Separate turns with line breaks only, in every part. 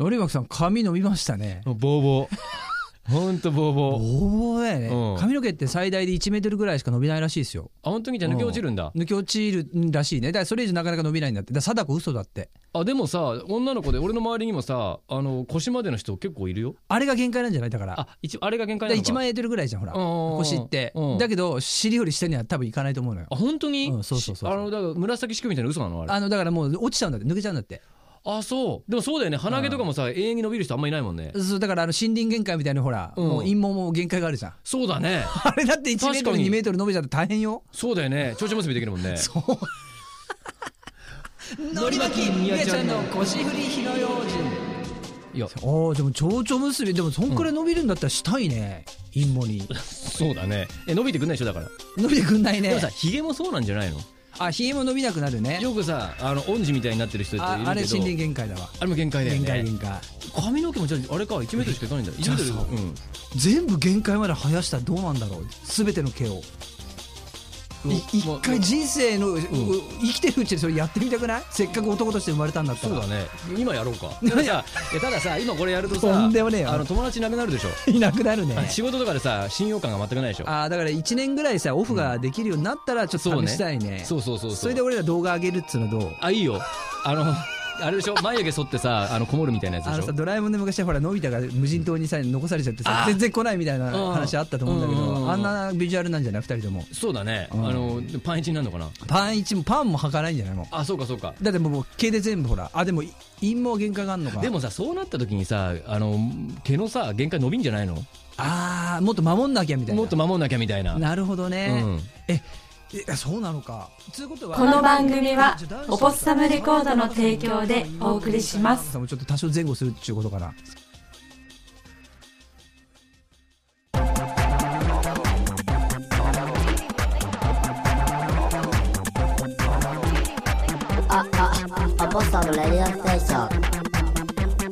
のりばきさん髪伸びましたね
もうボーボ ーほんとボーボ
ボ
ー
ーボーだよね、
うん
髪の毛って最大で1メートルぐらいしか伸びないらしいですよ
あ本当にじゃあ抜け落ちるんだ
抜け落ちるらしいねだからそれ以上なかなか伸びないんだってだから貞子嘘だって
あでもさ女の子で俺の周りにもさあの腰までの人結構いるよ
あれが限界なんじゃないだから
あ一あれが限界
だ
なのか
1万メートルぐらいじゃんほら
うんうんうん
腰って
うん
だけど尻より下には多分いかないと思うのよ
あ本当に、
うんそうそうそうそう
あのだから紫式部みたいな嘘なのあれ
あのだからもう落ちちゃうんだって抜けちゃうんだって
あそうでもそうだよね鼻毛とかもさ永遠に伸びる人あんまいないもんね
そうだからあの森林限界みたいなほら、
うん
もう陰謀も限界があるじゃん
そうだね
あれだって1メート
確
ル
かに
2メートル伸びちゃって大変よ
そうだよねちょうちょ結びできるもん ね
のり巻きみやちゃんの腰振り火の用心
いや
ああでも蝶々結びでもそんくらい伸びるんだったらしたいね、陰謀 に
そうだねえ伸びてくんないでしょだから
伸びてくんない
で
ね
もさヒゲもそうなんじゃないの
あひげも伸びなくなるね
よくさあの恩師みたいになってる人っているけ
あ
ど
あれ森林限界だわ
あれも限界だよ
限界
ね
限界
髪の毛もじゃああれか1メートルしかいかないんだ1メートル
じゃあそ
うん
全部限界まで生やしたらどうなんだろう全ての毛をい一回人生の、う生きてるうちにそれやってみたくないせっかく男として生まれたんだった
そう
ら
だね今やろう かでもさいやたださ今これやるとさ
とんでもねえよ
あの友達いなくなるでしょ
いなくなるね
仕事とかでさ信用感が全くないでしょ
あーだから1年ぐらいさオフができるようになったらちょっ
そう
と
ね
試したいね
そうそうそうそう
それで俺ら動画上げるっつうのどう
あいいよあのあ れでしょ眉毛剃ってさあのこもるみたいなやつ
あ
で
の
し
さ
ょ
ドラえもんで昔はほらのび太が無人島にさ残されちゃってさ
あー
全然来ないみたいな話あったと思うんだけ
うんうんうんう
ど
ん
あんなビジュアルなんじゃない2人とも
そうだねあ
ん
のパンイチになるのかな
パン一もパンも履かないんじゃないも
あそうかそうか
うだってもう毛で全部ほらあでもい陰謀限界があんのか
でもさそうなった時にさあの毛のさ限界伸びんじゃないの
ああもっと守んなきゃみたいな
もっと守んなきゃみたいな
なるほどね、
うん
ええそうなのかつうことは
この番組はオポッサムレコードの提供でお送りします
さんもちょっと多少前後するっていうことかな
あ、あ、アポストのレディオステーション。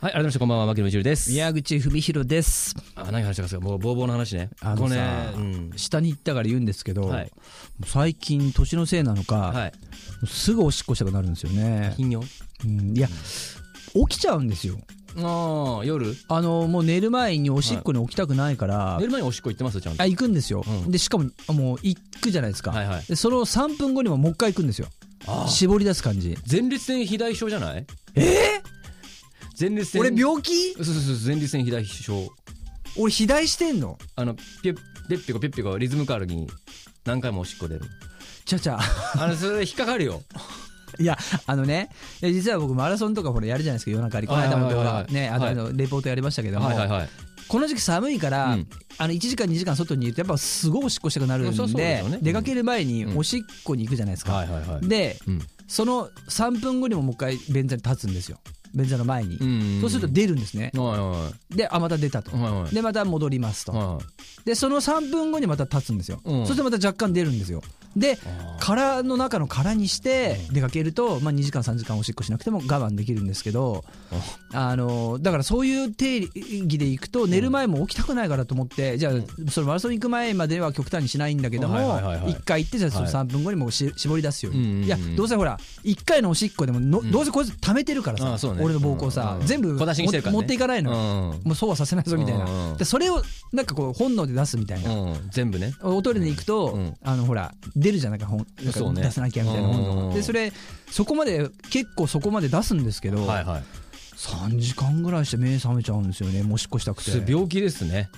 はい改めましてこんばんは牧野一郎です
宮口文弘です
あ何話したかすかもうボーボーの話ね
あの
こ
さ
れね、うん
下に行ったから言うんですけど、
はい
最近年のせいなのか、
はい
すぐおしっこしたくなるんですよね、
頻尿
うんいや起きちゃうんですよ
ああ夜
あのもう寝る前におしっこに起きたくないから、
寝る前におしっこ行ってますちゃんと
あ行くんですよ、
うん
でしかももう行くじゃないですか、
はいはい
でその3分後にももう一回行くんですよ
あー
絞り出す感じ
前立腺肥大症じゃないえ前立腺
俺病気
そうそうそう前立腺肥大症
俺肥大してんの
あのピュッペッピコピュッピコリズムカルに何回もおしっこ出る
ちゃち ゃ
あのそれ引っかかるよ
いやあのねいや実は僕マラソンとかほらやるじゃないですか夜中にこの間も
はいはいはいはい
ねあの
はい
あのレポートやりましたけども、
はいはいはい
この時期寒いから、
うん
あの1時間2時間外にいるとやっぱすごいおしっこしたくなるんで
そうそうですよね
出かける前に
うん
おしっこに行くじゃないですか、
はいはいはい
で
うん
その3分後にももう一回便座に立つんですよ便座の前に、
うん
そうすると出るんですね、
はいは
であまた出たと、
いはいはい
でまた戻りますと、
は
でその3分後にまた立つんですよ、
うん
そしてまた若干出るんですよで
あー
殻の中の殻にして出かけると、まあ、2時間3時間おしっこしなくても我慢できるんですけどあのだからそういう定義でいくと寝る前も起きたくないからと思ってじゃあそのマラソン行く前までは極端にしないんだけども
はいはいはいはい
1回行ってじゃあその
はい
3分後にもうし絞り出すよう
うんうんうん
にいやどうせほら1回のおしっこでもの
ん
どうせこいつ溜めてるから
あーそ
さ
うね
俺の膀胱さ
うんうん
全部
小出しにしてるからね
持っていかないのよ
うん
もうそうはさせないぞみたい
うんう
なんでそれをなんかこう本能で出すみたいな
うん全部ね
おトイレに行くと、
うん
あのほら出るじゃんなんか本なんか
そうね
出さなきゃみたいな本
うんうん
能
うん
がでそれそこまで結構そこまで出すんですけど、
はいはい
3時間ぐらいして目覚めちゃうんですよねもうおしっこしたくて
それ病気ですね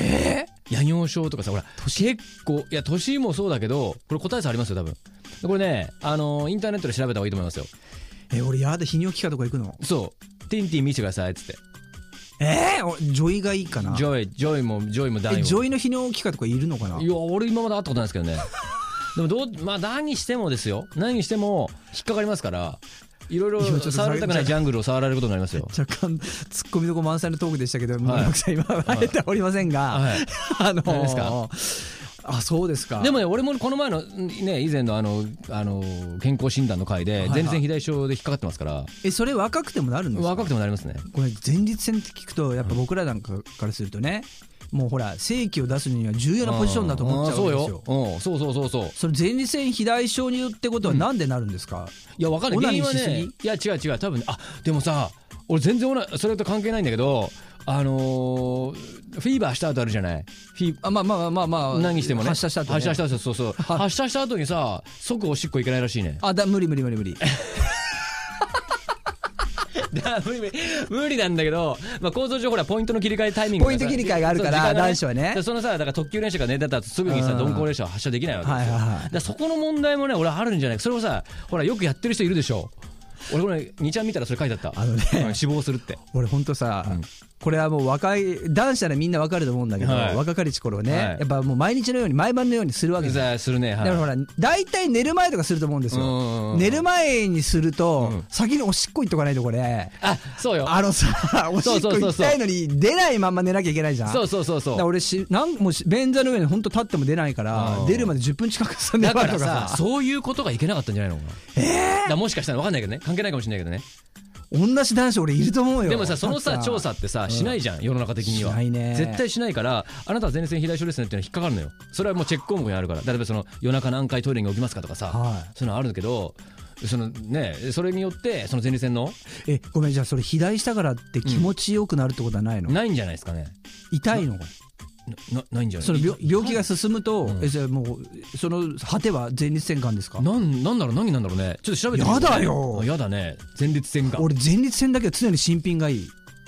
え夜尿症とかさほら結構いや年もそうだけどこれ答え差ありますよ多分これねあのインターネットで調べた方がいいと思いますよ
え俺やだ泌尿器科とか行くの
そうティンティン見せてくださいっつって
えー、俺ジョイがいいかな
ジョイジョイもジョイもダイ
え
も
ジョイの泌尿器科とかいるのかない
や俺今まで会ったことないですけど ねでもどうまあ何にしてもですよ何にしても引っかかりますからいろい
いやちょ
ろ
っと
触られたくないジャングルを触られることになりますよ
若干ツッコミどこ満載のトークでしたけど、もう奥さん今は会えておりませんが、
はい
あのー
何ですか
あそうですか
でもね俺もこの前のね以前のあのあの健康診断の回
は
で
いはい
前立腺肥大症で引っかかってますから
えそれ若くてもなるんですか
若くてもなりますね
これ前立腺って聞くとやっぱ僕らなんかからするとね、もうほら正規を出すには重要なポジションだと思っちゃうんですよ
あーそうよ、うん、そうそうそうそう
それ前立腺肥大症によってことはなんでなるんですか、
いやわかんない
オナ
原
ニ
因
ー
は
しすぎ
ねいや違う違う多分ねあでもさ俺全然オナそれと関係ないんだけどあのーフィーバーした後あるじゃないフィー
あまあまあまあまあ
何してもね
発射した後、ね、
発射した後そうそう発射した後にさ即おしっこいけないらしいね
あだ無理無理無理無理
だ無理無理無理なんだけど、まあ、構造上ほらポイントの切り替えタイミング
ポイント切り替えがあるから
そう時間が
男子はね
でそのさだから特急列車が寝た後すぐにさ
うん
鈍行列車は発車できないわけですよ、
はいはいはい
だからそこの問題もね俺あるんじゃないかそれをさほらよくやってる人いるでしょ俺これ2ちゃん見たらそれ書いてあった
あのね
うん死亡するって
俺ほんとさ、これはもう若い男子ならみんなわかると思うんだけど、
はい
若かりし頃ね、
はい
やっぱもう毎日のように毎晩のようにするわけですよ
ざするね、はい
だからほら大体寝る前とかすると思うんです
うんうんう
よ
ん
寝る前にすると、
うん
先におしっこ行っとかないとこれ
あそうよ
あのさおしっこ行きたいのに出ないまんま寝なきゃいけないじゃん
そうそうそうそ
だ
う
から俺しなんもうし便座の上に本当立っても出ないから、
うん
出るまで10分近くさ
だ
粘
か
ると
ら
かさ
さ、そういうことがいけなかったんじゃないのかな。だからもしかしたらわかんないけどね、関係ないかもしれないけどね。
同じ男子俺いると思うよ
でもさ、その
だ
さ、
って
調査ってさ、しないじゃん、世の中的には。
しないね
絶対しないから、あなたは前立腺肥大症ですねっていうのは引っかかるのよ。それはもうチェック項目にあるから、例えばその夜中何回トイレに起きますかとかさ、
はい
そういうのあるんだけど、そのね、それによって、その前立腺の、
えごめんじゃあそれ肥大したからって気持ちよくなるってことはないの、
ないんじゃないですかね。
痛いの
な、なないんじゃない
その病病気が進むと、
ん
えじゃあもうその果ては前立腺がんですか
なん、なんだろう、何なんだろうね。ちょっと調べてみよう
やだよ
あやだね。前立腺がん。
俺前立腺だけは常に新品がいい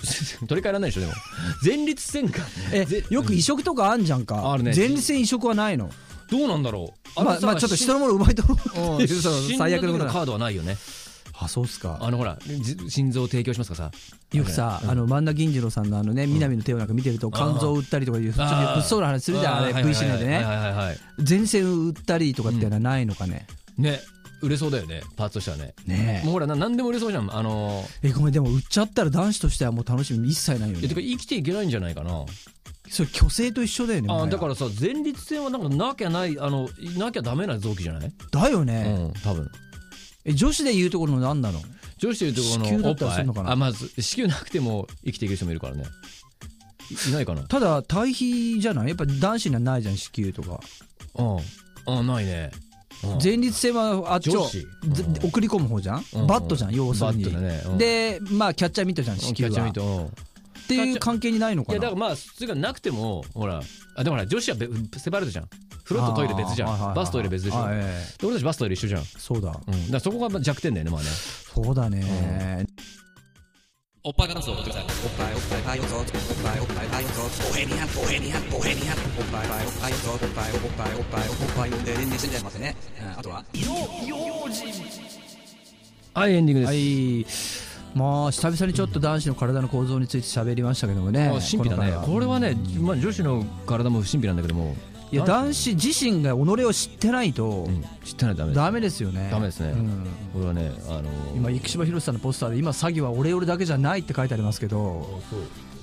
取り替えられないでしょ、でも。前立腺がん。
え
ぜ
よく移植とかあんじゃん
うん
か、
あるね
前立腺移植はないの
どうなんだろう
まあ、まあちょっと人のもの奪い取ろうっていうその最悪のこと
の
だ
カードはないよね
あそうっすか
あのほらじ心臓を提供しますかさ
よくさ、あの万田銀次郎さんのあのね南の手をなんか見てると肝臓を売ったりとかいうちょっと物騒な話するじゃんあれ VCN で
はいは
ね
いはいはい
前線を売ったりとかっていうのはないのかね、
ね売れそうだよねパーツとしてはね
ね
もうほらな何でも売れそうじゃんあの
ええごめんでも売っちゃったら男子としてはもう楽しみ一切ないよ
いやてか
ね
生きていけないんじゃないかな
それ虚勢と一緒だよねもは
あ
や
だからさ前立腺はなんかなきゃないあのなきゃダメな臓器じゃない
だよ
う
ね、
ん多分
え女子で言うところの何なの
女子というと
子
ころ
宮
の
だ
お
っ
った
ら
ぱ
す
い
んのかな
あまず子宮なくても生きていける人もいるからねいいないかな
ただ対比じゃないやっぱ男子にはないじゃん子宮とか、
うんあないねうん
前立腺はあっち
女
を
子
ぜ送り込む方じゃん、
うん
バットじゃん要するに
バットだねうん
でまあキャッチャーミットじゃん子
キャ
宮
ッチャーミ
は
ートうん
っていう関係にないの
い
か
や
な
だからまあそれがなくてもほらあでもほら女子はべセパレートじゃんフロットトイレ別じゃ
あーはいはいはい
んバストイレ別でしょ
あ
で
ええ
俺たちバストイレ一緒じゃん、
そうだ
うん、だからそこがまあ弱点だよねまあね
そうだね、
おっぱいガラスを持ってくださいはいエンディング
は
です、
いまあ久々にちょっと男子の体の構造について喋りましたけどもね
あ神秘だね
この
こ
回は
れはね、まあ、女子の体も不神秘なんだけども
いや男子自身が己を知ってないと
うん知ってないとダメです
ダメですよね
ダメですね
うん
これはねあのー
今生島ひろしさんのポスターで「今詐欺は俺俺だけじゃない」って書いてありますけど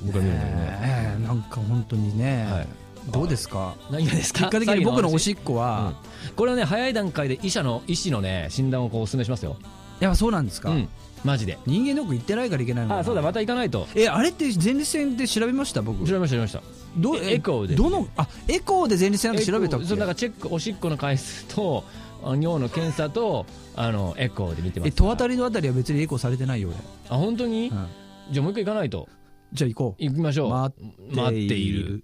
僕は見るんだけどね、
ねえなんか本当にね、
はい
どうですか
何がですか
結果的に僕のおし
っ
っこは、
これはね早い段階で医者の医師のね診断をこうお勧めしますよ
やっぱそうなんですか、
うんマジで
人間の奥行ってないからいけないのかな
あそうだまた行かないと
えあれって前立腺で調べました僕
調べました調べました
ど
えエコーで
どのあエコーで前立腺なんか調べたっ
エコーそうなん
け
かチェックおしっこの回数とあ尿の検査とあのエコーで見てます
え戸当たりのあたりは別にエコーされてないよ
あ本当に、
俺、うん
じゃあもう一回行かないと
じゃあ行こう
行きましょう
待っている